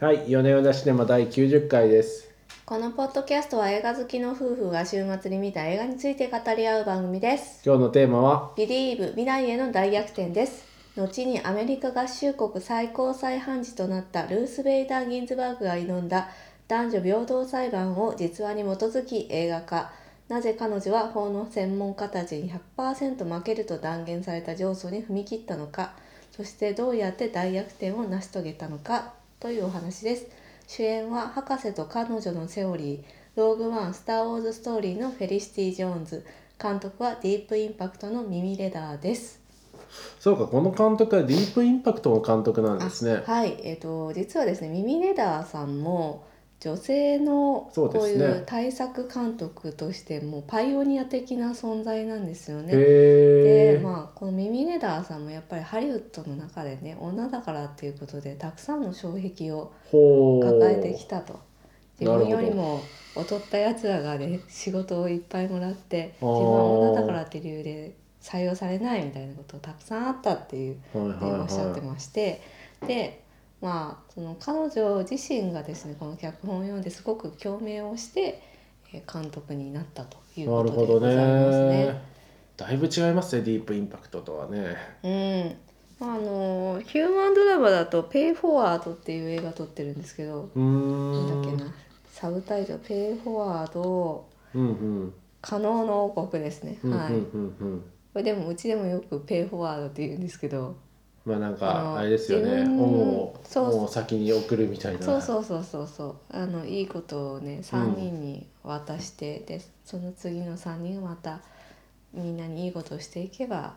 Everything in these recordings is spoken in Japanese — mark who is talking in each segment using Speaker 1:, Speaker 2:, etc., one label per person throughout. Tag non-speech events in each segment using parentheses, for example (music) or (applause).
Speaker 1: はい、米ネシネマ第90回です。
Speaker 2: このポッドキャストは映画好きの夫婦が週末に見た映画について語り合う番組です。
Speaker 1: 今日のテーマは、
Speaker 2: Believe 未来への大逆転です。後にアメリカ合衆国最高裁判事となったルース・ベイダー・ギンズバーグが挑んだ男女平等裁判を実話に基づき映画化。なぜ彼女は法の専門家たちに100%負けると断言された上訴に踏み切ったのか、そしてどうやって大逆転を成し遂げたのかというお話です。主演は「博士と彼女のセオリー」「ローグワン・スター・ウォーズ・ストーリー」のフェリシティ・ジョーンズ監督は「ディープ・インパクト」の耳レダーです。
Speaker 1: そうか、この監督はディープインパクトの監督なんですね。
Speaker 2: はい、えー、と実はですね耳レダーさんも女性の
Speaker 1: そう
Speaker 2: こう
Speaker 1: です
Speaker 2: い
Speaker 1: ね
Speaker 2: う対策監督としてもうパイオニア的な存在なんですよね。
Speaker 1: へ
Speaker 2: で
Speaker 1: ー。
Speaker 2: まあこのミミレダーさんもやっぱりハリウッドの中でね女だからっていうことでたくさんの障壁を
Speaker 1: ほー
Speaker 2: 抱えてきたと自
Speaker 1: なるほど
Speaker 2: 分よりも劣ったやつらがね仕事をいっぱいもらって
Speaker 1: あ
Speaker 2: 自
Speaker 1: ー
Speaker 2: 分は女だからっていう理由で採用されないみたいなことたくさんあったっていう
Speaker 1: はい
Speaker 2: ふうにおっしゃっ
Speaker 1: は
Speaker 2: て
Speaker 1: いは
Speaker 2: まして、でまあその彼女自身がですねこの脚本を読んですごく共鳴をしてえー監督になったとい
Speaker 1: い。
Speaker 2: う
Speaker 1: な
Speaker 2: こ
Speaker 1: る
Speaker 2: と
Speaker 1: ほ
Speaker 2: でご
Speaker 1: ど
Speaker 2: ざいますね。
Speaker 1: ね。だいぶ違いますね、ディープインパクトとはね。
Speaker 2: うんまああのヒューマンドラマだと「ペイ・フォワード」っていう映画撮ってるんですけど
Speaker 1: うー
Speaker 2: な
Speaker 1: ん。
Speaker 2: んだっけなサブタイトル「ペイ・フォワード
Speaker 1: うんうん。
Speaker 2: 可能の王国」ですね、
Speaker 1: うんうん
Speaker 2: はい
Speaker 1: うんうん。
Speaker 2: これでもうちでもよく「ペイ・フォワード」って言うんですけど
Speaker 1: まあなん
Speaker 2: あ
Speaker 1: か、
Speaker 2: の
Speaker 1: あれですよね。
Speaker 2: 自分
Speaker 1: 恩を、
Speaker 2: そう
Speaker 1: 恩を先に送るみたいな。
Speaker 2: そうそうそうそうそうあのいいことをね3人に渡して、でその次の3人がまたみんなにいいことをしていけば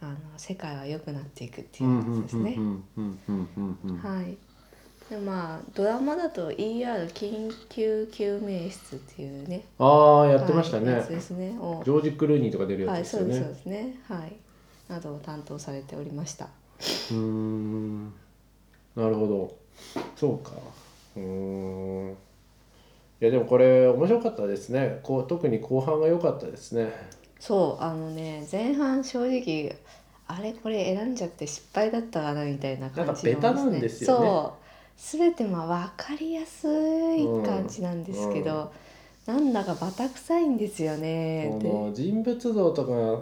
Speaker 2: あの世界は良くなっていくっ
Speaker 1: う
Speaker 2: ていうんや
Speaker 1: う
Speaker 2: つ
Speaker 1: ん
Speaker 2: です
Speaker 1: う
Speaker 2: ね。
Speaker 1: んうんうんうんうんうん。
Speaker 2: はい。でまあドラマだと ER 緊急救命室っていうね。
Speaker 1: ああ、やってました
Speaker 2: はい
Speaker 1: ね
Speaker 2: やつ。ですね。を
Speaker 1: ジョージ・クルーニーとか出るやつ
Speaker 2: は
Speaker 1: で
Speaker 2: い、
Speaker 1: す
Speaker 2: そう
Speaker 1: よ
Speaker 2: です
Speaker 1: ね
Speaker 2: そう。ですね。はい。などを担当されておりました。
Speaker 1: うーんなるほどそうかうーんいやでもこれ面白かったですねこう特に後半が良かったですね
Speaker 2: そうあのね前半正直あれこれ選んじゃって失敗だったかなみたいな感じ
Speaker 1: なんかベタなんですよね
Speaker 2: そう全てまあ分かりやすい感じなんですけど、なんだかバタ臭いんですよね。
Speaker 1: こ
Speaker 2: で
Speaker 1: の人物像とかが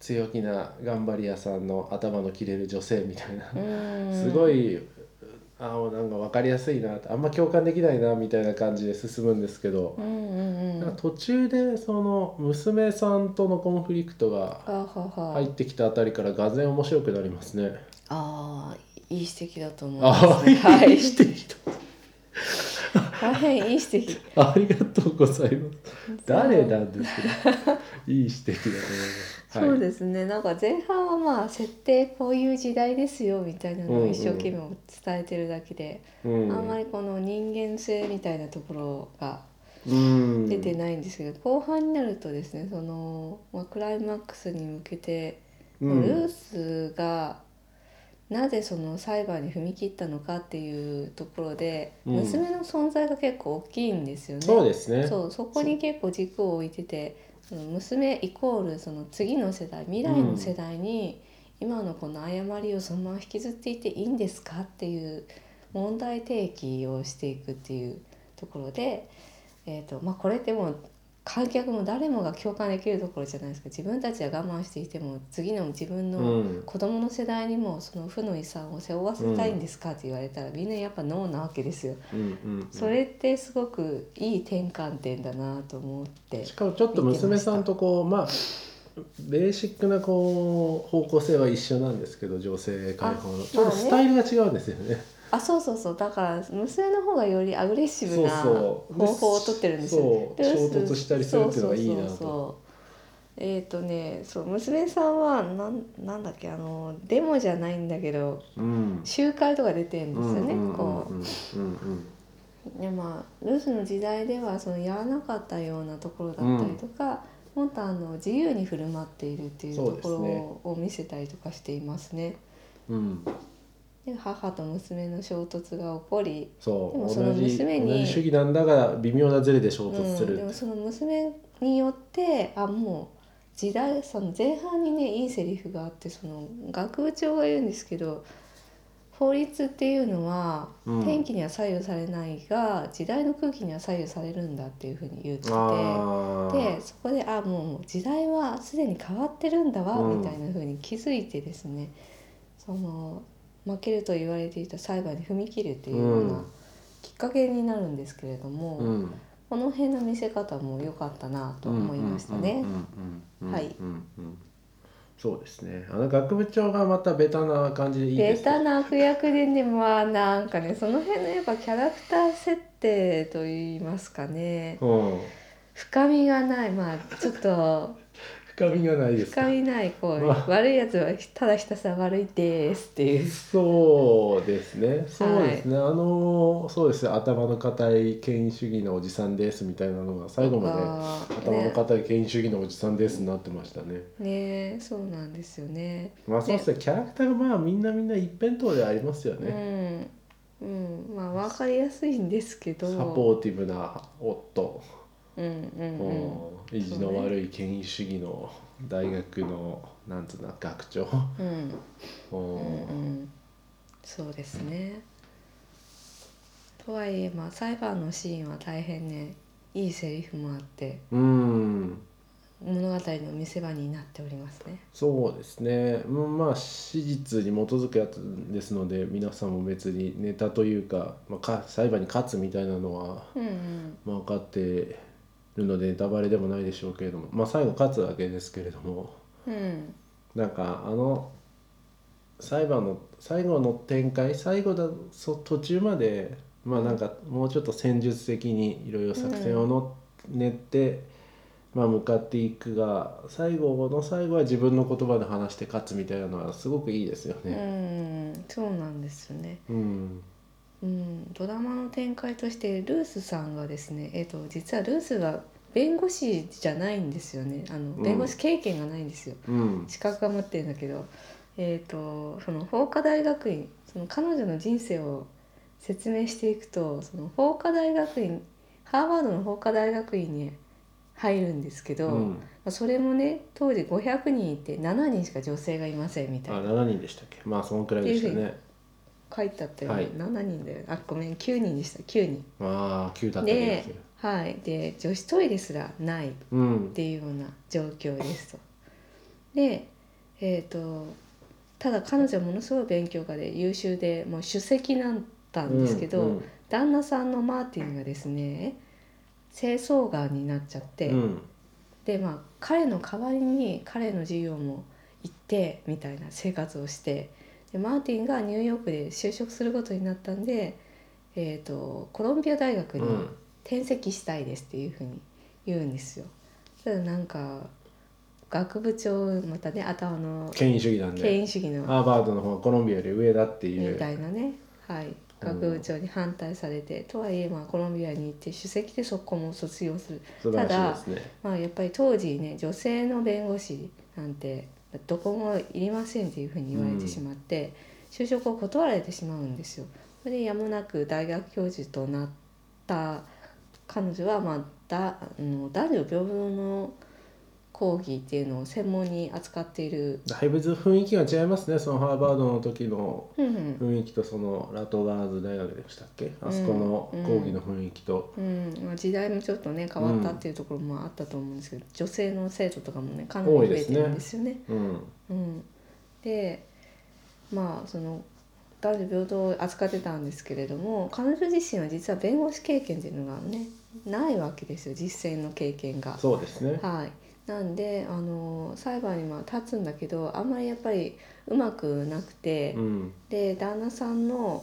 Speaker 1: 強気な頑張り屋さんの頭の切れる女性みたいな、
Speaker 2: うん
Speaker 1: すごいあーなんか分かりやすいなってあんま共感できないなみたいな感じで進むんですけど
Speaker 2: う、んうんう
Speaker 1: なん
Speaker 2: ん
Speaker 1: か途中でその娘さんとのコンフリクトが
Speaker 2: あはは、
Speaker 1: 入ってきたあたりからがぜん面白くなりますね。
Speaker 2: ああいい指摘だと思いま
Speaker 1: あ
Speaker 2: す、
Speaker 1: ー
Speaker 2: ね。はい
Speaker 1: いい指摘
Speaker 2: 大変いい指摘。
Speaker 1: だありがとうございます。 (laughs) 誰なんですけど、いい指摘だと思います。
Speaker 2: そうですね。なんか前半はまあ設定こういう時代ですよみたいなのを一生懸命伝えてるだけで、
Speaker 1: す。うん、
Speaker 2: あんまりこの人間性みたいなところが
Speaker 1: うん
Speaker 2: 出てないんですけど、後半になるとですね、そのまあクライマックスに向けて、
Speaker 1: う
Speaker 2: ルー
Speaker 1: ん、
Speaker 2: スがなぜその裁判に踏み切ったのかっていうところで、
Speaker 1: うん
Speaker 2: 娘の存在が結構大きいんですよね。
Speaker 1: そうですね。
Speaker 2: そうそこに結構軸を置いててその娘イコールその次の世代未来の世代に今のこの誤りをそのまま引きずっていていいんですかっていう問題提起をしていくっていうところで、えーとまあ、これってもう観客も誰もが共感できるところじゃないですか自分たちは我慢していても次の自分
Speaker 1: う
Speaker 2: の
Speaker 1: ん、
Speaker 2: 子供の世代にもその負の遺産を背負わせたいんですかって言われたらみんなやっぱノーなわけですよ。
Speaker 1: うん、うん。
Speaker 2: それってすごくいい転換点だなと思って
Speaker 1: しかもちょっと娘さんとこうまあベーシックなこう方向性は一緒なんですけど、女性解放の
Speaker 2: あ
Speaker 1: ちょっと
Speaker 2: まあね
Speaker 1: スタイルが違うんですよね。
Speaker 2: あそうそうそうだから娘の方がよりアグレッシブな
Speaker 1: そ
Speaker 2: 方
Speaker 1: うそうで
Speaker 2: 法を取ってるんですよ
Speaker 1: そう
Speaker 2: ルース
Speaker 1: 衝突したりするっていうのがいいなと
Speaker 2: そうそうそうそうえっ、とねそう娘さんはなんなんだっけあのデモじゃないんだけど
Speaker 1: うん。
Speaker 2: 集会とか出てるんですよね、
Speaker 1: うん、
Speaker 2: こ
Speaker 1: うん、うん、うん。
Speaker 2: うでまあルースの時代ではそのやらなかったようなところだったりとか、もっとあの自由に振る舞っているっていうとこ
Speaker 1: そうですね
Speaker 2: ろを見せたりとかしていますね。
Speaker 1: うん。
Speaker 2: で母と娘の衝突が起こり、
Speaker 1: そう
Speaker 2: でもそ
Speaker 1: 同
Speaker 2: の
Speaker 1: じ
Speaker 2: 娘に
Speaker 1: 同じ主義なんだが微妙なズレで衝
Speaker 2: う
Speaker 1: 突す
Speaker 2: ん、
Speaker 1: る、
Speaker 2: でもその娘によってあもう時代その前半にねいいセリフがあってその学部長が言うんですけど法律っていうのは、
Speaker 1: うん
Speaker 2: 天気には左右されないが時代の空気には左右されるんだっていうふうに言ってて
Speaker 1: あー
Speaker 2: でそこであもうもう時代はすでに変わってるんだわ、
Speaker 1: うん
Speaker 2: みたいなふうに気づいてですねその負けると言われていた裁判に踏み切るっていうよう
Speaker 1: う
Speaker 2: なんきっかけになるんですけれども、
Speaker 1: うん
Speaker 2: この辺の見せ方も良かったなと思いました
Speaker 1: うんう
Speaker 2: ね。
Speaker 1: んうんうんうんうん
Speaker 2: はい
Speaker 1: うんうんそうですねあの学部長がまたベタな感じでいいで
Speaker 2: ベ
Speaker 1: す
Speaker 2: タ
Speaker 1: ね
Speaker 2: な悪役でねまあなんかねその辺のやっぱキャラクター設定といいますかね
Speaker 1: うん
Speaker 2: 深みがないまあちょっと
Speaker 1: 深みがないですか
Speaker 2: 深みないこう、
Speaker 1: まあ
Speaker 2: 悪いやつはただひたすら悪いですっていう
Speaker 1: そうですねそうですね、あのそうですね頭の固い権威主義のおじさんですみたいなのが最後ま
Speaker 2: あ
Speaker 1: で
Speaker 2: ー
Speaker 1: 頭の固い権威主義のおじさんですになってましたね
Speaker 2: ねねそうなんですよね
Speaker 1: まあそうですねキャラクターがまあみんなみんな一辺倒でありますよね、
Speaker 2: うん、うん、まあ分かりやすいんですけど
Speaker 1: サポーティブな夫、
Speaker 2: うんうんうん
Speaker 1: うん意地の悪い権威主義の大学のなんつうの学長、
Speaker 2: うん
Speaker 1: うん
Speaker 2: うんうんそうですね。とはいえまあ裁判のシーンは大変ねいいセリフもあって
Speaker 1: うん
Speaker 2: 物語の見せ場になっておりますね。
Speaker 1: そうですね、うん、まあ史実に基づくやつですので皆さんも別にネタというか,、まあ、か裁判に勝つみたいなのは、
Speaker 2: うんうん
Speaker 1: まあ、分かってるのでネタバレでもないでしょうけれども、まあ、最後勝つわけですけれども
Speaker 2: うん
Speaker 1: なんかあの裁判の最後の展開最後だそ途中までまあなんかもうちょっと戦術的にいろいろ作戦をの、練って、まあ、向かっていくが最後の最後は自分の言葉で話して勝つみたいなのはすごくいいですよ
Speaker 2: う
Speaker 1: ね。
Speaker 2: んそうなんですよね。
Speaker 1: うん、
Speaker 2: うんドラマの展開としてルースさんがですねえっ、と実はルースは弁護士じゃないんですよねあの
Speaker 1: うん
Speaker 2: 弁護士経験がないんですよ。
Speaker 1: うん
Speaker 2: 資格は持ってるんだけど、えー、とその法科大学院その彼女の人生を説明していくとその法科大学院ハーバードの法科大学院に入るんですけど、
Speaker 1: う
Speaker 2: ま
Speaker 1: ん、
Speaker 2: あそれもね当時500人いて7人しか女性がいませんみ
Speaker 1: あ
Speaker 2: たいな
Speaker 1: 7人でしたっけまあそのくらいでした
Speaker 2: ってい
Speaker 1: ね。
Speaker 2: 書いてあったよね、
Speaker 1: はい
Speaker 2: 7人だよあごめん9人でした9人。
Speaker 1: まあ9だったりで
Speaker 2: です
Speaker 1: よ、
Speaker 2: はい、で女子トイレすらない
Speaker 1: うん
Speaker 2: っていうような状況ですと。で、えー、とただ彼女はものすごい勉強家で優秀でもう首席だったんですけど、
Speaker 1: うん
Speaker 2: 旦那さんのマーティンがですね清掃眼になっちゃって、
Speaker 1: うん
Speaker 2: でまあ彼の代わりに彼の授業も行ってみたいな生活をしてでマーティンがニューヨークで就職することになったんで、えー、とコロンビア大学
Speaker 1: う
Speaker 2: に、
Speaker 1: ん
Speaker 2: 転籍したいですっていうふうに言うんですよ。ただなんか学部長またね頭の
Speaker 1: 権威主義なん
Speaker 2: 権
Speaker 1: で
Speaker 2: 威主義の
Speaker 1: ハーバードの方がコロンビアより上だってい
Speaker 2: み
Speaker 1: う。
Speaker 2: たいなね、はい、学部長に反対されて、とはいえまあコロンビアに行って首席でそこも卒業する、
Speaker 1: 素晴らしいですね。
Speaker 2: まあ、やっぱり当時ね女性の弁護士なんてどこもいりませんっていうふうに言われてしまって、就職を断られてしまうんですよ。それでやむなく大学教授となった彼女は、まあ、だあの男女平等の講義っていうのを専門に扱っている、
Speaker 1: だいぶず雰囲気が違いますねそのハーバードの時の
Speaker 2: うんうん
Speaker 1: 雰囲気とそのラトガーズ大学でしたっけあそこ
Speaker 2: うん
Speaker 1: の講義の雰囲気と、
Speaker 2: うんまあ、時代もちょっとね変わったっていうところもあったと思うんですけど、女性の生徒とかもねかなり増えてるんですよね。
Speaker 1: うん
Speaker 2: うん、でまあその男女平等を扱ってたんですけれども彼女自身は実は弁護士経験っていうのがねないわけですよ実践の経験が。
Speaker 1: そうですね
Speaker 2: はい、なんであの裁判にまあ立つんだけどあんまりやっぱりうまくなくて、
Speaker 1: うん
Speaker 2: で旦那さんの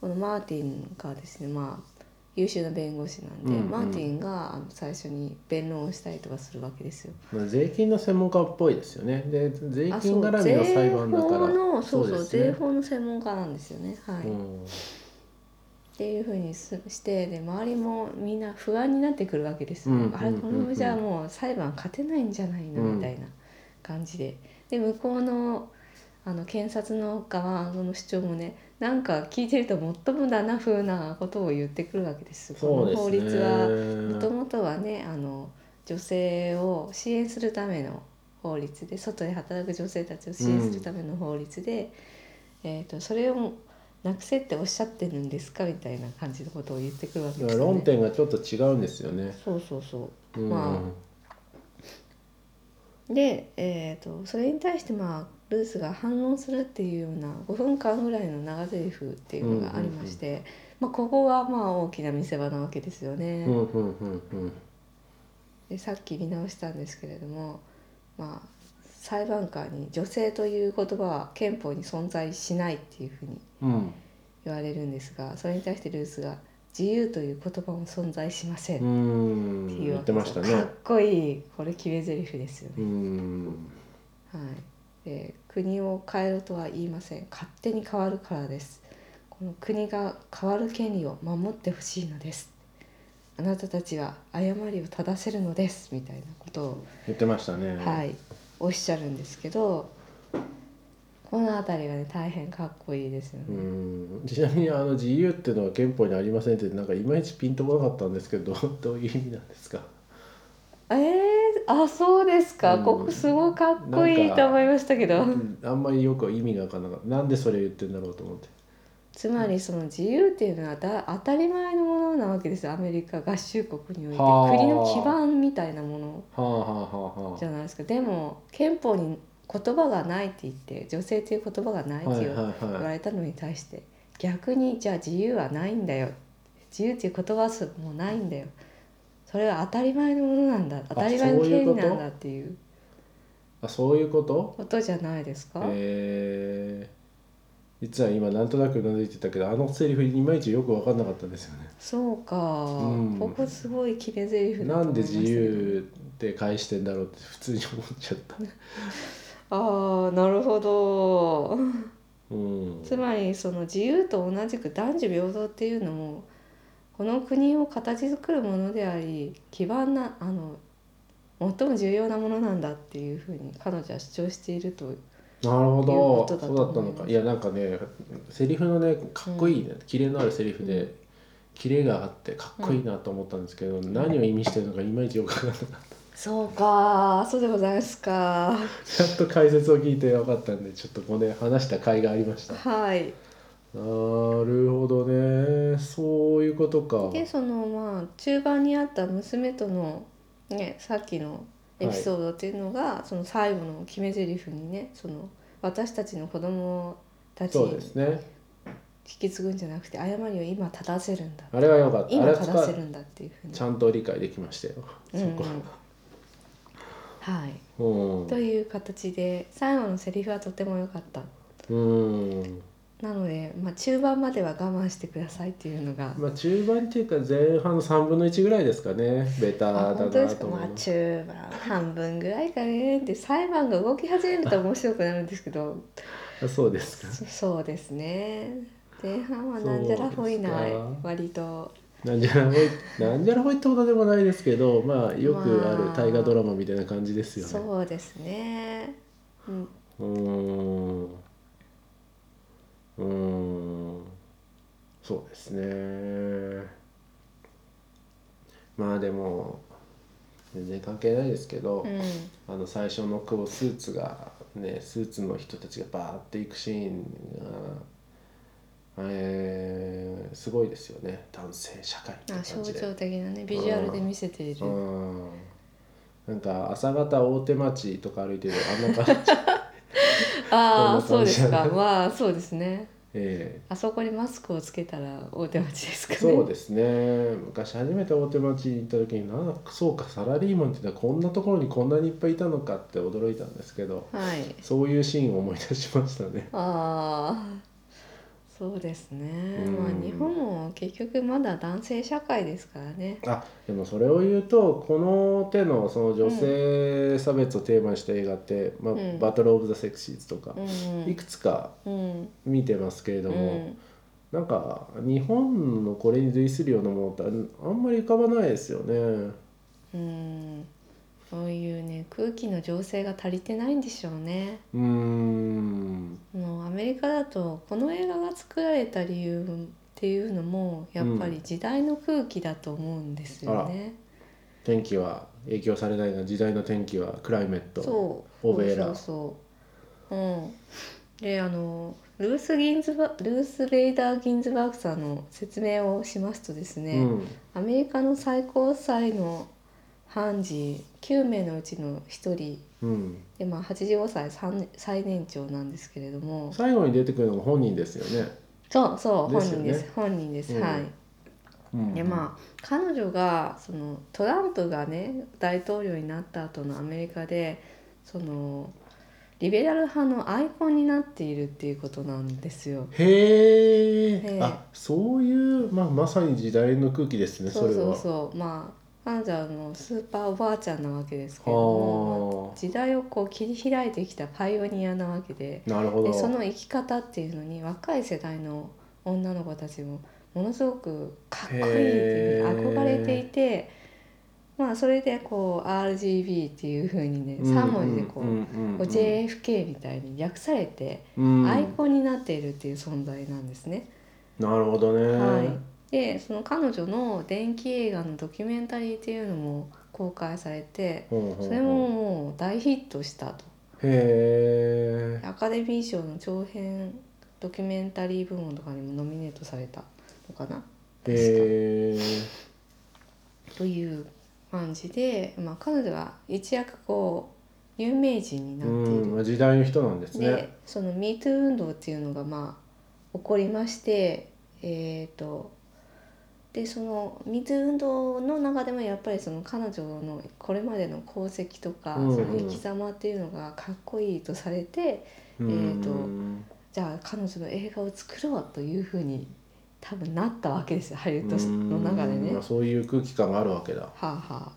Speaker 2: このマーティンがですねまあ優秀な弁護士なんで、
Speaker 1: うんうん
Speaker 2: マーティンがあの最初に弁論をしたりとかするわけですよ。
Speaker 1: まあ税金の専門家っぽいですよねで税
Speaker 2: あ
Speaker 1: 金絡みの裁判だから
Speaker 2: 税法のそうそう
Speaker 1: ですね
Speaker 2: 税法の専門家なんですよね、はい
Speaker 1: うん
Speaker 2: っていうふうにすしてで周りもみんな不安になってくるわけですよ、
Speaker 1: うん
Speaker 2: あれ
Speaker 1: うんうん
Speaker 2: このままじゃもう裁判勝てないんじゃないの
Speaker 1: うん
Speaker 2: みたいな感じでで向こうのあの検察の側の主張もねなんか聞いてるともっともだな風なことを言ってくるわけですよ
Speaker 1: そう
Speaker 2: こ
Speaker 1: で
Speaker 2: の法
Speaker 1: すね
Speaker 2: 律はもともとはねあの女性を支援するための法律で外で働く女性たちを支援するための法律で、えー、とそれをなくせっておっしゃってるんですかみたいな感じのことを言ってくるわけ
Speaker 1: だか
Speaker 2: です
Speaker 1: ら
Speaker 2: よ
Speaker 1: 論
Speaker 2: ね。
Speaker 1: 点がちょっと違うんですよね。
Speaker 2: そうそうそう
Speaker 1: うん
Speaker 2: まで、えー、とそれに対して、まあ、ルースが反論するっていうような5分間ぐらいの長台詞っていうのがありまして、まあ、ここがまあ大きな見せ場なわけですよね。
Speaker 1: うんうんうんうん
Speaker 2: でさっき見直したんですけれども、まあ、裁判官に「女性という言葉は憲法に存在しない」っていうふうに
Speaker 1: うん
Speaker 2: 言われるんですがそれに対してルースが「自由という言葉も存在しません」
Speaker 1: う
Speaker 2: っ
Speaker 1: ん
Speaker 2: ていう
Speaker 1: 言っ
Speaker 2: わけ
Speaker 1: て
Speaker 2: で
Speaker 1: ますし
Speaker 2: よ
Speaker 1: た
Speaker 2: か
Speaker 1: ね
Speaker 2: っ。こいいこれ決め台詞ですよね。
Speaker 1: うん
Speaker 2: はい、で国を変えろとは言いません勝手に変わるからですこの国が変わる権利を守ってほしいのですあなたたちは誤りを正せるのですみたいなことを、
Speaker 1: 言ってましたね。
Speaker 2: はい、おっしゃるんですけどこの辺りがね大変かっこいいですよ
Speaker 1: う
Speaker 2: ね。
Speaker 1: んちなみにあの自由っていうのは憲法にありませんってなんかいまいちピンとこなかったんですけど (laughs) どういう意味なんですか
Speaker 2: えー、あそうですか、
Speaker 1: うん
Speaker 2: ここすごいかっこいいと思いましたけど。
Speaker 1: あんまりよく意味がわからなかったなんでそれ言ってんだろうと思って
Speaker 2: つまりその自由っていうのはだ当たり前のものなわけですよアメリカ合衆国において
Speaker 1: はあ
Speaker 2: 国の基盤みたいなもの
Speaker 1: はあはあは
Speaker 2: じゃないですかでも憲法に言葉がないって言って女性っていう言葉がない
Speaker 1: あ
Speaker 2: っ
Speaker 1: は
Speaker 2: て
Speaker 1: い
Speaker 2: 言う
Speaker 1: はい
Speaker 2: 言わ
Speaker 1: はい
Speaker 2: れたのに対して逆にじゃあ自由はないんだよ自由っていう言葉はもうないんだよそれは当たり前のものなんだ当たり前の
Speaker 1: そうい
Speaker 2: 権
Speaker 1: う
Speaker 2: 利
Speaker 1: こと
Speaker 2: なんだっていう
Speaker 1: あそういうこと
Speaker 2: ことじゃないですか、
Speaker 1: えー、実は今なんとなくうなずいてたけどあのセリフいまいちよく分かんなかったんですよね
Speaker 2: そうか、
Speaker 1: うん
Speaker 2: ここすごい決め台詞だと
Speaker 1: な
Speaker 2: 思い
Speaker 1: ん
Speaker 2: ま
Speaker 1: で
Speaker 2: したけ
Speaker 1: 自
Speaker 2: ど
Speaker 1: 由って返してんだろうって普通に思っちゃっ
Speaker 2: (laughs)
Speaker 1: た
Speaker 2: ああなるほ
Speaker 1: う
Speaker 2: ど
Speaker 1: ん
Speaker 2: つまりその自由と同じく男女平等っていうのもこの国を形作るものであり基盤なあの最も重要なものなんだっていうふうに彼女は主張していると
Speaker 1: なるほ
Speaker 2: いうこ
Speaker 1: ど
Speaker 2: とだ
Speaker 1: そうだ
Speaker 2: と
Speaker 1: った
Speaker 2: 思い
Speaker 1: の
Speaker 2: ます
Speaker 1: かいやなんかねセリフのねかっこいいね、キレのあるセリフで、
Speaker 2: うん
Speaker 1: キレがあってかっこいいなと思ったんですけど、何を意味してるの (laughs) かいまいちよく分からなかっ
Speaker 2: そうかそうでございますか
Speaker 1: たちゃんと解説を聞いて分かったんでちょっとこれ話した甲斐がありましたな
Speaker 2: はい
Speaker 1: るほどねそういうことか
Speaker 2: でそのまあ中盤にあった娘とのねさっきのエピソードっていうのが、その最後の決め台詞にねその私たちの子供たち
Speaker 1: そう
Speaker 2: に
Speaker 1: ですね
Speaker 2: 引き継ぐんじゃなくて誤りを今正せるんだ
Speaker 1: あれは良かったあ
Speaker 2: 今
Speaker 1: れは使
Speaker 2: 正せるんだっていうふうに
Speaker 1: ちゃんと理解できましたよ、
Speaker 2: うん
Speaker 1: そ
Speaker 2: はい、
Speaker 1: こ
Speaker 2: という形で最後のセリフはとても良かった
Speaker 1: うん、うん
Speaker 2: なので、まあ、中盤までは我慢してくださいっていうのが、
Speaker 1: まあ中盤っていうか前半の3分の1ぐらいですかねベタ
Speaker 2: あ、
Speaker 1: ーだ
Speaker 2: 本当で
Speaker 1: な
Speaker 2: すか
Speaker 1: と思
Speaker 2: ま
Speaker 1: い
Speaker 2: あ
Speaker 1: ます
Speaker 2: 中盤半分ぐらいかねって裁判が動き始めると面白くなるんです
Speaker 1: (laughs)
Speaker 2: けど
Speaker 1: あそうですか
Speaker 2: そそうですね前半はなんじゃらほいな
Speaker 1: そうですか
Speaker 2: 割と
Speaker 1: なんじゃらほいなんじゃらほいってことでもないですけどまあよくあ
Speaker 2: ま
Speaker 1: る
Speaker 2: あ
Speaker 1: 大河ドラマみたいな感じですよね、
Speaker 2: そうですね、うん、
Speaker 1: うーんうーんそうですねまあでも全然関係ないですけど、
Speaker 2: うん
Speaker 1: あの最初のこうスーツがねスーツの人たちがバーっていくシーンが。えー、すごいですよね男性社会って
Speaker 2: あ
Speaker 1: 感
Speaker 2: 象
Speaker 1: じで
Speaker 2: 徴的なねビジュアルで見せている、
Speaker 1: うんなんか朝方大手町とか歩いてるあんな感
Speaker 2: (laughs)
Speaker 1: じ、
Speaker 2: あ
Speaker 1: こ
Speaker 2: あ
Speaker 1: ん
Speaker 2: そ
Speaker 1: な感
Speaker 2: うで
Speaker 1: じ
Speaker 2: すかまあそうですね
Speaker 1: え
Speaker 2: あそこにマスクをつけたら大手町ですか
Speaker 1: え
Speaker 2: ね
Speaker 1: そうですね昔初めて大手町に行った時になんかそうかサラリーマンってのはこんなところにこんなにいっぱいいたのかって驚いたんですけど
Speaker 2: はい
Speaker 1: そういうシーンを思い出しましたね。
Speaker 2: ああそうですね
Speaker 1: うん
Speaker 2: まあ日本も結局まだ男性社会ですからね
Speaker 1: あでもそれを言うとこの手のその女性差別をテーマにした映画って「まあ
Speaker 2: うん
Speaker 1: バトル・オブ・ザ・セクシーズ」とか
Speaker 2: う
Speaker 1: い
Speaker 2: ん
Speaker 1: くつか
Speaker 2: うん
Speaker 1: 見てますけれ
Speaker 2: う
Speaker 1: ども、
Speaker 2: ん
Speaker 1: なんか日本のこれに類するようなものってあんあんまり浮かばないですよね。
Speaker 2: うんそういうね空気の情勢が足りてないんでしょうね
Speaker 1: うーん。
Speaker 2: もうアメリカだとこの映画が作られた理由っていうのもやっぱり時代の空気だと思うんですよね、
Speaker 1: 天気は影響されないが時代の天気はクライメット。
Speaker 2: そう
Speaker 1: オベーラ
Speaker 2: そうそうそううんであのルース・ギンズバルース・ベイダー・ギンズバーグさんの説明をしますとです
Speaker 1: う
Speaker 2: ね、
Speaker 1: ん
Speaker 2: アメリカの最高裁の判事9名のうちの1人
Speaker 1: うん、
Speaker 2: で、まあ、85歳三最年長なんですけれども
Speaker 1: 最後に出てくるのが本人ですよね。
Speaker 2: そうそう
Speaker 1: で
Speaker 2: 本
Speaker 1: すよ
Speaker 2: 人
Speaker 1: ね
Speaker 2: です本人です、
Speaker 1: うん
Speaker 2: はい。
Speaker 1: うん、
Speaker 2: でまあ彼女がそのトランプがね大統領になった後のアメリカでそのリベラル派のアイコンになっているっていうことなんですよ。
Speaker 1: へ
Speaker 2: ね
Speaker 1: え。あ、そういうまあまさに時代の空気ですね。そ
Speaker 2: そう
Speaker 1: れ
Speaker 2: そう
Speaker 1: は。
Speaker 2: そうまあ彼女はあのスーパーおばあちゃんなわけですけれどもま
Speaker 1: は
Speaker 2: あ時代をこう切り開いてきたパイオニアなわけで
Speaker 1: あ、なるほど。
Speaker 2: でその生き方っていうのに若い世代の女の子たちもものすごくかっこいいっていうふうに憧れていてまあそれでこう RGB っていうふうにね3文字でこう,、こう JFK みたいに略されてアイコンになっているっていう存在なんですね。
Speaker 1: ン。なるほどね。
Speaker 2: はい、でその彼女の電気映画のドキュメンタリーっていうのも公開されて
Speaker 1: ほうほうほう
Speaker 2: それももう大ヒットしたと。
Speaker 1: へえ。
Speaker 2: アカデミー賞の長編ドキュメンタリー部門とかにもノミネートされたのかな
Speaker 1: へえ。
Speaker 2: という感じで、まあ、彼女は一躍こう有名人にな
Speaker 1: う
Speaker 2: ってい
Speaker 1: ん、
Speaker 2: る。
Speaker 1: まあ時代の人なんですね。
Speaker 2: でその「MeToo 運動」っていうのがまあ起こりましてえっ、とでその「MeToo 運動」の中でもやっぱりその彼女のこれまでの功績とか、
Speaker 1: うんうん
Speaker 2: その生き様っていうのがかっこいいとされて、
Speaker 1: え
Speaker 2: えーとじゃあ彼女の映画を作ろうというふうに多分なったわけですよハリウッドの中でね。は
Speaker 1: そういう空気感があるわけだ。
Speaker 2: あ、はあ、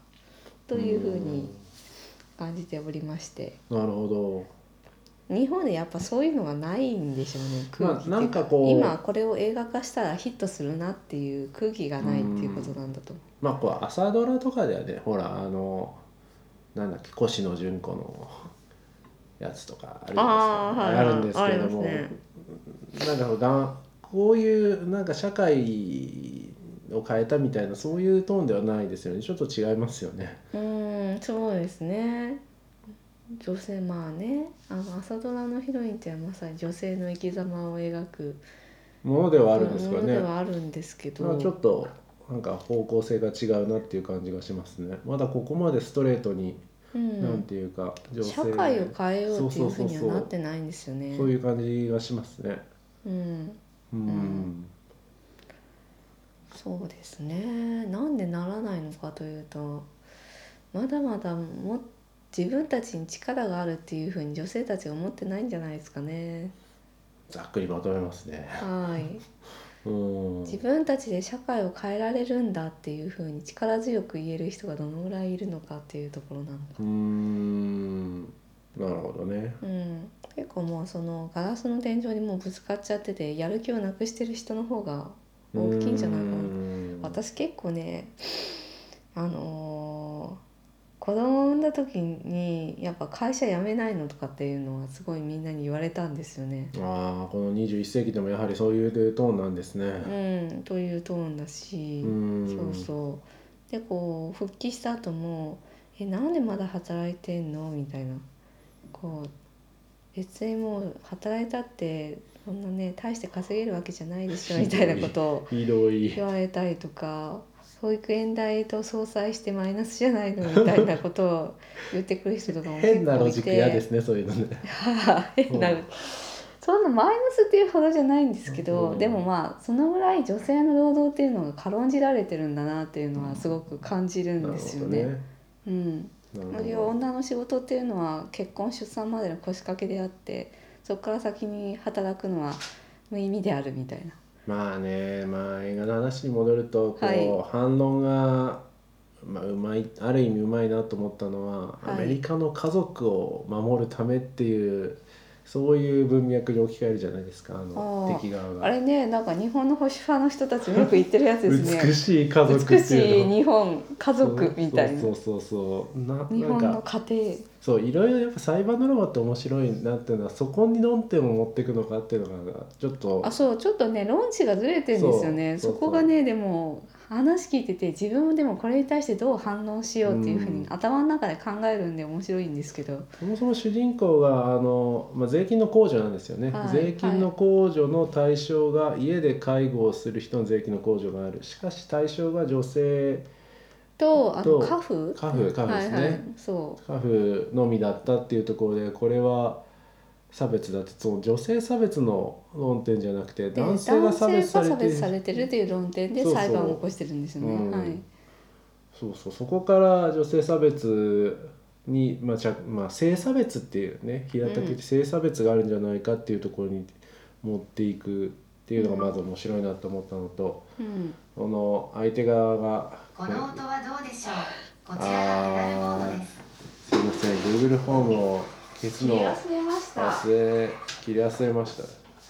Speaker 2: というふうに感じておりまして
Speaker 1: うん。なるほど。
Speaker 2: 日本でやっぱそういうのがないんでしょうね空気っていう
Speaker 1: まあなんかこう
Speaker 2: 今これを映画化したらヒットするなっていう空気がないっていうことなんだと思
Speaker 1: まあこう朝ドラとかではねほらあのなんだっけ越野純子のやつとかあるんです,、
Speaker 2: あーはいはい
Speaker 1: あるんですけれども、
Speaker 2: あり
Speaker 1: なんかこうがこういうなんか社会を変えたみたいなそういうトーンではないですよねちょっと違いますよね。
Speaker 2: ううんそうですね女性まあねあの朝ドラのヒロインってまさに女性の生き様を描く
Speaker 1: ものでは
Speaker 2: も
Speaker 1: あるんですか
Speaker 2: ので
Speaker 1: ね。
Speaker 2: はあるんですけど、
Speaker 1: まあ、ちょっとなんか方向性が違うなっていう感じがしますね。まだここまでストレートに、
Speaker 2: うん、
Speaker 1: なんていうか女
Speaker 2: 社会を変えようってい
Speaker 1: そうう
Speaker 2: ふう
Speaker 1: そう
Speaker 2: に
Speaker 1: そう
Speaker 2: は
Speaker 1: そう
Speaker 2: なってないんですよね。
Speaker 1: そういう感じがしますね。
Speaker 2: うん、
Speaker 1: うん。
Speaker 2: うんそうですね。なんでならないのかというと、まだまだも自分たちに力があるっていうふうに女性たちが思ってないんじゃないですかね。
Speaker 1: ざっくりまとめますね。 (laughs)
Speaker 2: は
Speaker 1: う
Speaker 2: い。
Speaker 1: ん。
Speaker 2: 自分たちで社会を変えられるんだっていうふうに力強く言える人がどのぐらいいるのかっていうところなのか。
Speaker 1: うーん。なるほどね。
Speaker 2: うん。結構もうそのガラスの天井にもうぶつかっちゃっててやる気をなくしてる人の方が大きいんじゃないかな
Speaker 1: うーん
Speaker 2: 私結構ねあのー子供産んだ時にやっぱ会社辞めないのとかっていうのはすごいみんなに言われたんですよね。
Speaker 1: ああ、この21世紀でもやはりそういうトーンなんです
Speaker 2: う
Speaker 1: ね。
Speaker 2: ん、というトーンだし
Speaker 1: う、ん。
Speaker 2: そうそうでこう復帰した後も「えなんでまだ働いてんの?」みたいなこう別にもう働いたってそんなね大して稼げるわけじゃないでしょみたいなことを
Speaker 1: ひどい。
Speaker 2: 言われたりとか保育園代と相殺してマイナスじゃないのみたいなことを言ってくる人とかも結構い
Speaker 1: (laughs)
Speaker 2: て
Speaker 1: 変なロジック嫌ですね、そういうのね。
Speaker 2: 変な
Speaker 1: うん
Speaker 2: そんなマイナスっていうほどじゃないんですけど、
Speaker 1: うん
Speaker 2: でもまあそのぐらい女性の労働っていうのが軽んじられてるんだなっていうのはすごく感じるんですよね。うん、
Speaker 1: なるほどね。な
Speaker 2: そうい
Speaker 1: る
Speaker 2: う
Speaker 1: ほど。
Speaker 2: 女の仕事っていうのは結婚出産までの腰掛けであってそこから先に働くのは無意味であるみたいな。
Speaker 1: まあね、まあ映画の話に戻ると、こう、
Speaker 2: はい
Speaker 1: 反論が。まあ、うまいある意味うまいなと思ったのは、
Speaker 2: はい
Speaker 1: アメリカの家族を守るためっていうそういう文脈に置き換えるじゃないですかあの
Speaker 2: あー
Speaker 1: 敵側が
Speaker 2: あれねなんか日本の保守派の人たちもよく言ってるやつですね
Speaker 1: 美しい家族って
Speaker 2: 美し
Speaker 1: いう
Speaker 2: い
Speaker 1: の
Speaker 2: 日本家族みたいな
Speaker 1: そうそうそうそうな
Speaker 2: 日
Speaker 1: な
Speaker 2: 本
Speaker 1: ん
Speaker 2: の
Speaker 1: か
Speaker 2: 家
Speaker 1: そういろいろやっぱ裁判ドラマって面白いなっていうのはそこに論点を持っていくのかっていうのがちょっと
Speaker 2: あそうちょっとね論旨がずれてるんですよね
Speaker 1: そ
Speaker 2: そう
Speaker 1: そうそう
Speaker 2: こがねでも話聞いてて自分もでもこれに対してどう反応しようっていうふうに
Speaker 1: うん
Speaker 2: 頭の中で考えるんで面白いんですけど
Speaker 1: そもそも主人公があの、まあ、税金の控除なんですよね、
Speaker 2: はい
Speaker 1: 税金の控除の対象が家で介護をする人の税金の控除があるしかし対象が女性
Speaker 2: とあの
Speaker 1: と
Speaker 2: カフ
Speaker 1: カフカフですね、
Speaker 2: はいはい、そ
Speaker 1: カフのみだったっていうところでこれは差別だってその女性差別の論点じゃなくて
Speaker 2: うで
Speaker 1: 男性が差別され
Speaker 2: 男
Speaker 1: て
Speaker 2: 性が差別されてるっていう論点で
Speaker 1: そうそう
Speaker 2: 裁判を起こしてるんですよね
Speaker 1: うん
Speaker 2: はい
Speaker 1: そうそうそこから女性差別に、まあ着まあ、性差別っていうね平たく言って
Speaker 2: うん
Speaker 1: 性差別があるんじゃないかっていうところに持っていくっていうのがまず面白いなと思ったのと、
Speaker 2: うん
Speaker 1: この相手側が
Speaker 3: この音はどうでしょうこちらがペダルボードです
Speaker 1: すいません Google ホームを消すのを
Speaker 2: れまし
Speaker 1: 忘れ切り忘れまし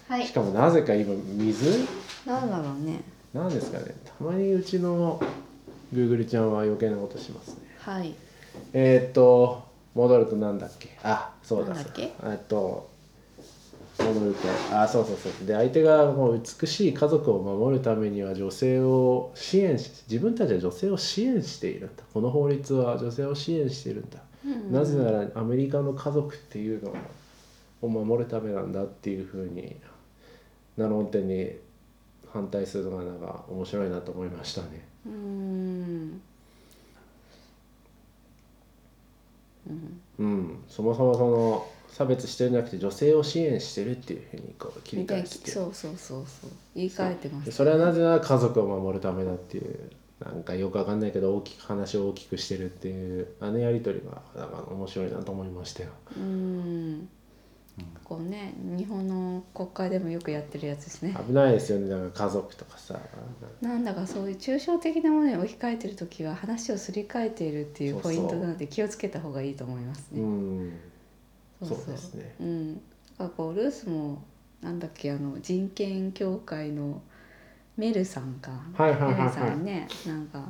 Speaker 1: た。
Speaker 2: はい
Speaker 1: しかもなぜか今水
Speaker 2: なんだろうね
Speaker 1: なんですかねたまにうちのグーグルちゃんは余計なことしますね
Speaker 2: はい
Speaker 1: えーっと戻るとなんだっけあそうだ
Speaker 2: なんだっけ
Speaker 1: そうえっと戻るとあそうそうそうで相手がもう美しい家族を守るためには女性を支援し自分たちは女性を支援しているんだこの法律は女性を支援しているんだ、なぜならアメリカの家族っていうのを守るためなんだっていうふうにな論点に反対するのがなんか面白いなと思いましたね。
Speaker 2: うーんうん
Speaker 1: うん、そもそもその差別してるんじゃなくて女性を支援してるっていうふうにこう切り替えて
Speaker 2: そうそうそうそう言い換えてま
Speaker 1: ですそれはなぜなら家族を守るためだっていうなんかよくわかんないけど大きく話を大きくしてるっていうあのやり取りがなんか面白いなと思いましたよ。
Speaker 2: うんこうね日本の国会でもよくやってるやつですね
Speaker 1: 危ないですよねだから家族とかさ
Speaker 2: なんだかそういう抽象的なものに置き換えてる時は話をすり替えているっていう
Speaker 1: そう
Speaker 2: ポ
Speaker 1: そう
Speaker 2: イントなので気をつけた方がいいと思います
Speaker 1: う
Speaker 2: ね
Speaker 1: んそうですね。
Speaker 2: うん、だからこうルースもなんだっけあの人権協会のメルさんか、
Speaker 1: はいはいはいはい
Speaker 2: メルさんねなんか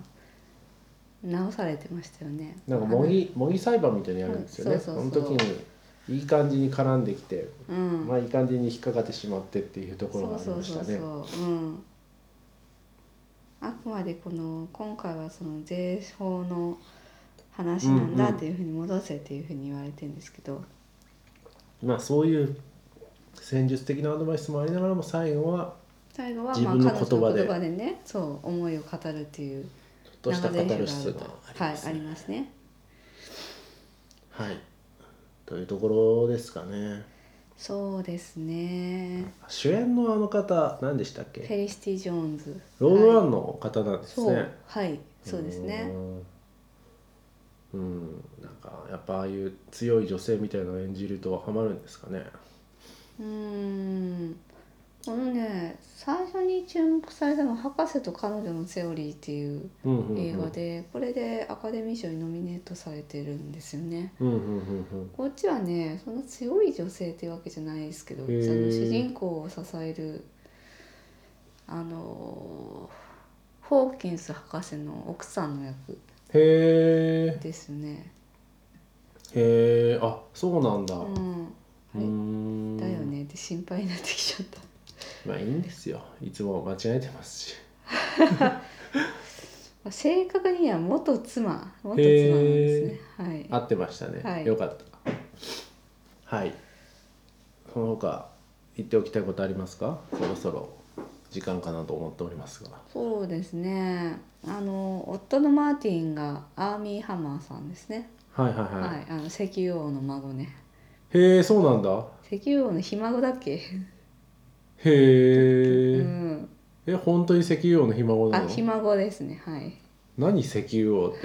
Speaker 2: 直されてましたよね。
Speaker 1: なんか模擬模擬裁判みたいにやるんですよね。
Speaker 2: うんそうそうそう
Speaker 1: の時にいい感じに絡んできて、
Speaker 2: あのうん、
Speaker 1: まあいい感じに引っかかってしまってっていうとこ
Speaker 2: そ
Speaker 1: ろが
Speaker 2: う
Speaker 1: あり
Speaker 2: そう
Speaker 1: まし
Speaker 2: そ
Speaker 1: た
Speaker 2: う
Speaker 1: ね。
Speaker 2: そう、うん、あくまでこの今回はその税法の話なんだっていうふうに戻せっていうふうに言われてるんですけど、
Speaker 1: まあそういう戦術的なアドバイスもありながらも最後は
Speaker 2: 最後は
Speaker 1: 自
Speaker 2: まあ
Speaker 1: 分の
Speaker 2: 彼女の
Speaker 1: 言葉で
Speaker 2: 言葉でねそう思いを語るっていう
Speaker 1: ちょっとしたカタルシス
Speaker 2: 流れ
Speaker 1: が
Speaker 2: があ
Speaker 1: あ
Speaker 2: る
Speaker 1: り
Speaker 2: とはい
Speaker 1: ます
Speaker 2: あ
Speaker 1: ね
Speaker 2: りますね。
Speaker 1: はい。というところですかね。
Speaker 2: そうですね。
Speaker 1: 主演のあの方何でしたっ
Speaker 2: フ
Speaker 1: け？
Speaker 2: ェリシティ・ジョーンズ。
Speaker 1: ロードワ
Speaker 2: はい
Speaker 1: ンの方なんです
Speaker 2: そ
Speaker 1: ね。
Speaker 2: う、はい、そうですね。
Speaker 1: うん。うん、なんかやっぱああいう強い女性みたいなのを演じるとハマるんですかね。
Speaker 2: うーん。このね、最初に注目されたのは「博士と彼女のセオリー」っていう
Speaker 1: うんうんうん、
Speaker 2: 映画で、これでアカデミー賞にノミネートされてるんですよね。
Speaker 1: うんうんうんうん。
Speaker 2: こっちはねそんな強い女性っていうわけじゃないですけど
Speaker 1: へ
Speaker 2: その
Speaker 1: ー
Speaker 2: 主人公を支えるあのホーキンス博士の奥さんの役
Speaker 1: へえ
Speaker 2: ですね。
Speaker 1: へえあそうなんだ、
Speaker 2: う
Speaker 1: うんーん
Speaker 2: だよねって心配になってきちゃった。
Speaker 1: まあいいんですよいつも間違えてますし
Speaker 2: まあ正確には元妻、元妻なんですね。
Speaker 1: 合
Speaker 2: はい。
Speaker 1: ってましたね、
Speaker 2: はい
Speaker 1: よかったはいその他言っておきたいことありますかそろそろ時間かなと思っておりますが
Speaker 2: そうですね。あの夫のマーティンがアーミーハマーさんですね。
Speaker 1: はいはいはい、
Speaker 2: はい、あの石油王の孫ね。
Speaker 1: へえそうなんだ
Speaker 2: 石油王のひ孫だっ
Speaker 1: へ
Speaker 2: け？う
Speaker 1: え、
Speaker 2: ん。
Speaker 1: え本当に石油王のひ孫な
Speaker 2: あ、
Speaker 1: の
Speaker 2: ひ孫ですね。はい。 (laughs)
Speaker 1: 何石油王って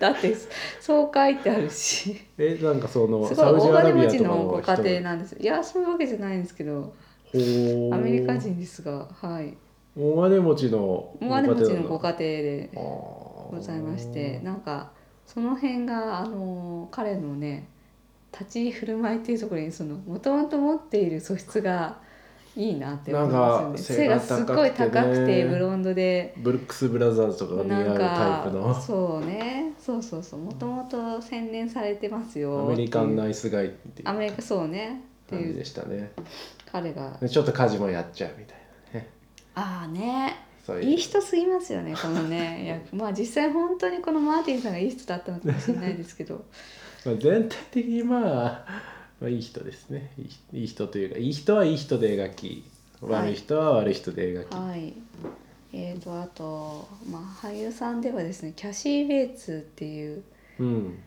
Speaker 2: だってそう書いてあるし、す
Speaker 1: えなんかその
Speaker 2: ごい
Speaker 1: サウジ
Speaker 2: 大
Speaker 1: アラ
Speaker 2: 金
Speaker 1: ビ
Speaker 2: 持
Speaker 1: ア
Speaker 2: ち
Speaker 1: とか
Speaker 2: のご
Speaker 1: の人
Speaker 2: 家庭なんです。いや、そういうわけじゃないんですけど、
Speaker 1: ほー
Speaker 2: アメリカ人ですが、はい。
Speaker 1: 大金持ちの
Speaker 2: お金持ちのご
Speaker 1: 家
Speaker 2: 家庭で
Speaker 1: 庭
Speaker 2: ございましてなんかその辺があの彼のね立ち居振る舞いっていうところにそのもともと持っている素質がいいなって思いますよね背
Speaker 1: なんか
Speaker 2: がすっごい高くて
Speaker 1: 背が高くてね
Speaker 2: ブロンドで
Speaker 1: ブルックス・ブラザーズとかが似
Speaker 2: な
Speaker 1: 合う
Speaker 2: ん
Speaker 1: タイプ
Speaker 2: か
Speaker 1: の
Speaker 2: そうねそうそうそうもともと洗練されてます
Speaker 1: ア
Speaker 2: よ
Speaker 1: メリカン
Speaker 2: っ
Speaker 1: ナイスガイってい
Speaker 2: ていうア
Speaker 1: う
Speaker 2: メリカそうねって
Speaker 1: 感
Speaker 2: い
Speaker 1: じ
Speaker 2: う
Speaker 1: でしたね
Speaker 2: 彼が
Speaker 1: でちょっと家事もやっちゃうみたいなね
Speaker 2: ああね
Speaker 1: そう
Speaker 2: い
Speaker 1: い
Speaker 2: いう人すぎますよねこのねいやまあ実際本当にこのマーティンさんがいい人だったのかもしれないですけど
Speaker 1: まあ、全体的にまあ、まあ、いい人ですねいいいい人というかいい人はいい人で描き
Speaker 2: はい
Speaker 1: 悪い人は悪い人で描き、
Speaker 2: はいえー、とあと、まあ、俳優さんではですねキャシー・ベイツっていう
Speaker 1: うん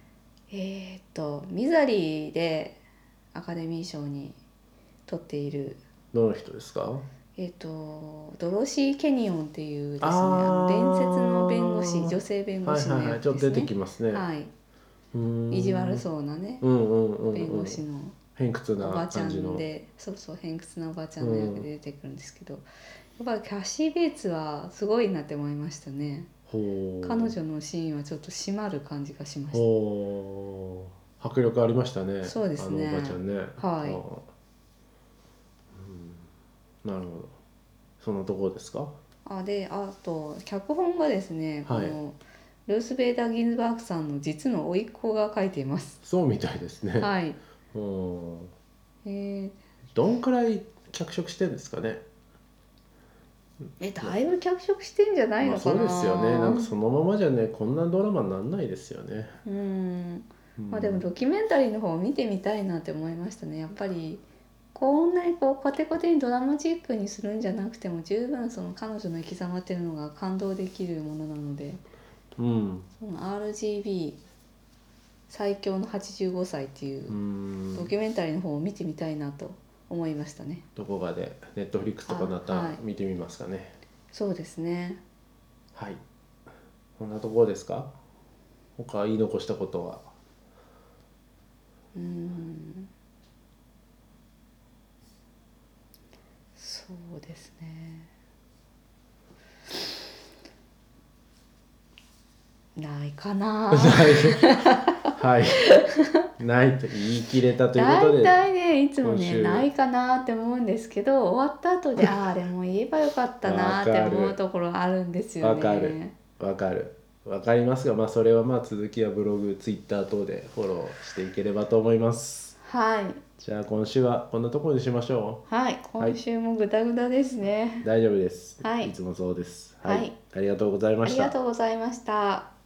Speaker 2: えー、と「ミザリー」でアカデミー賞に取っている、
Speaker 1: どの人ですか
Speaker 2: えー、とドロシー・ケニオンっていうです
Speaker 1: あ
Speaker 2: ね
Speaker 1: ー
Speaker 2: あの伝説の弁護士女性弁護
Speaker 1: はい
Speaker 2: 士の
Speaker 1: はいはい
Speaker 2: 役
Speaker 1: ちょっと
Speaker 2: です
Speaker 1: 出て
Speaker 2: ね
Speaker 1: きますね、
Speaker 2: はい
Speaker 1: うん
Speaker 2: 意地悪そうなね
Speaker 1: うんうんうんうん
Speaker 2: 弁護士の
Speaker 1: 偏屈
Speaker 2: おば
Speaker 1: な
Speaker 2: ちゃ
Speaker 1: 感じの
Speaker 2: んでそうそう偏屈なおばちゃんの役で出てくるんですけど、やっぱりキャシー・ベイツはすごいなって思いましたね
Speaker 1: ほう
Speaker 2: 彼女のシーンはちょっと締まる感じがしました
Speaker 1: ほう迫力ありましたね
Speaker 2: そうですね
Speaker 1: あのおばちゃんねはいなるほどそのとこですか
Speaker 2: あであと脚本がですね、
Speaker 1: はい
Speaker 2: このルース・ベイダー・ギンズバーグさんの実の甥っ子が書いています。
Speaker 1: そうみたいですね、
Speaker 2: はい、
Speaker 1: うん
Speaker 2: えー
Speaker 1: どんくらい脚色してんですかね
Speaker 2: えだいぶ脚色してんじゃない
Speaker 1: まあ、
Speaker 2: のか
Speaker 1: そう
Speaker 2: な、
Speaker 1: ですよねなんかそのままじゃねこんなドラマになんないですよね、
Speaker 2: うん
Speaker 1: うん
Speaker 2: まあでもドキュメンタリーの方を見てみたいなって思いましたねやっぱりこんなにこうコテコテにドラマチックにするんじゃなくても十分その彼女の生き様っていうのが感動できるものなので
Speaker 1: うん
Speaker 2: その RGB 最強の85歳っていううド
Speaker 1: ん
Speaker 2: キュメンタリーの方を見てみたいなと思いましたね。
Speaker 1: どこかでネットフリックスとかになった
Speaker 2: あは
Speaker 1: ら
Speaker 2: い
Speaker 1: 見てみますかね
Speaker 2: そうですね。
Speaker 1: はいこんなところですか他言い残したことは
Speaker 2: うーん。そうですね。ないかな。
Speaker 1: はいないと言い切れ (laughs) たということで
Speaker 2: 大体ねいつも
Speaker 1: 今
Speaker 2: ね
Speaker 1: 週
Speaker 2: ないかなって思うんですけど終わった
Speaker 1: (laughs)
Speaker 2: 後であああれも言えばよかったなって
Speaker 1: わかる
Speaker 2: 思うところあるんですよね。
Speaker 1: わかるわかるわかりますがまあそれはまあ続きはブログツイッター等でフォローしていければと思います
Speaker 2: はい
Speaker 1: じゃあ今週はこんなところにしましょ
Speaker 2: はい今週もグダグダですね。
Speaker 1: う大丈夫です、
Speaker 2: はい
Speaker 1: つもそうです
Speaker 2: はい
Speaker 1: ありがとうございま
Speaker 2: あ
Speaker 1: し
Speaker 2: り
Speaker 1: た
Speaker 2: がとうございました。